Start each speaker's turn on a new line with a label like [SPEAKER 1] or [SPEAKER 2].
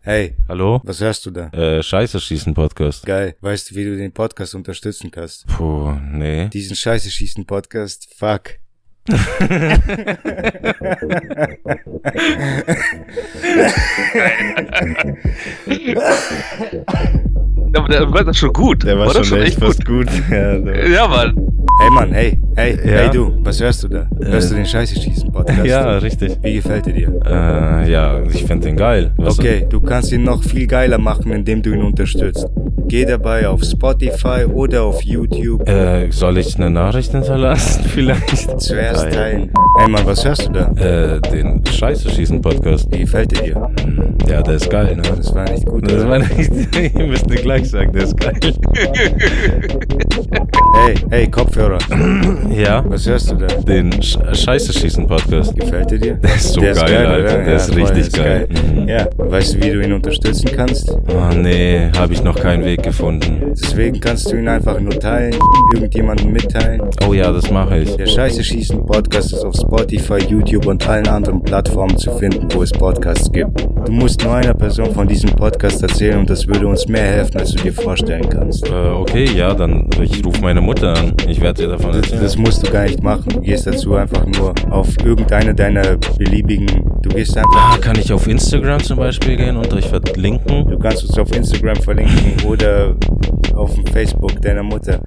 [SPEAKER 1] Hey,
[SPEAKER 2] Hallo?
[SPEAKER 1] was hörst du da?
[SPEAKER 2] Äh, Scheiße schießen Podcast.
[SPEAKER 1] Geil. Weißt du, wie du den Podcast unterstützen kannst?
[SPEAKER 2] Puh, nee.
[SPEAKER 1] Diesen Scheiße schießen Podcast. Fuck.
[SPEAKER 3] Ja, aber der war das schon gut. war das
[SPEAKER 2] gut. ja, der-
[SPEAKER 3] Ja, Mann.
[SPEAKER 1] Hey Mann, hey, hey,
[SPEAKER 2] Ja. Äh.
[SPEAKER 1] hey du, was hörst du da? Hörst du den Scheiße schießen Podcast?
[SPEAKER 2] ja, richtig.
[SPEAKER 1] Wie gefällt er dir?
[SPEAKER 2] Äh, ja, ich find den geil. Was-
[SPEAKER 1] Okay, du kannst ihn noch viel geiler machen, indem du ihn unterstützt. Geh dabei auf Spotify oder auf YouTube.
[SPEAKER 2] Äh, soll ich eine Nachricht hinterlassen vielleicht?
[SPEAKER 1] Zuerst
[SPEAKER 2] Geil.
[SPEAKER 1] teilen. Hey Mann, was hörst du da?
[SPEAKER 2] Äh, den Scheiße schießen Podcast. Hm,
[SPEAKER 1] Wie gefällt er dir?
[SPEAKER 2] Ja, der ist geil, ne?
[SPEAKER 1] Das war nicht gut.
[SPEAKER 2] Das
[SPEAKER 1] Oder?
[SPEAKER 2] war nicht, ihr müsst nicht gleich sagen, der ist geil.
[SPEAKER 1] Hey, hey, Kopfhörer,
[SPEAKER 2] Ja,
[SPEAKER 1] was hörst du da?
[SPEAKER 2] den Sch Scheiße schießen Podcast.
[SPEAKER 1] Gefällt er dir?
[SPEAKER 2] Der ist so geil, Alter.
[SPEAKER 1] oder?
[SPEAKER 2] Der ist
[SPEAKER 1] voll,
[SPEAKER 2] richtig
[SPEAKER 1] ist
[SPEAKER 2] geil. Mhm.
[SPEAKER 1] Ja, weißt du, wie du ihn unterstützen kannst?
[SPEAKER 2] Oh nee, habe ich noch keinen Weg gefunden.
[SPEAKER 1] Deswegen kannst du ihn einfach nur teilen, irgendjemandem mitteilen.
[SPEAKER 2] Oh ja, das mache ich.
[SPEAKER 1] Der Scheiße schießen Podcast ist auf Spotify, YouTube und allen anderen Plattformen zu finden, wo es Podcasts gibt. Du musst nur einer Person von diesem Podcast erzählen und das würde uns mehr helfen, als du dir vorstellen kannst.
[SPEAKER 2] Äh, okay, ja, dann ich rufe meine Mutter an. Ich werde ihr davon
[SPEAKER 1] Das,
[SPEAKER 2] erzählen.
[SPEAKER 1] das musst du gar nicht machen. Du gehst dazu einfach nur auf irgendeine deiner beliebigen. Du gehst einfach.
[SPEAKER 2] ah, kann ich auf Instagram zum Beispiel gehen und euch verlinken?
[SPEAKER 1] Du kannst uns auf Instagram verlinken oder auf dem Facebook deiner Mutter.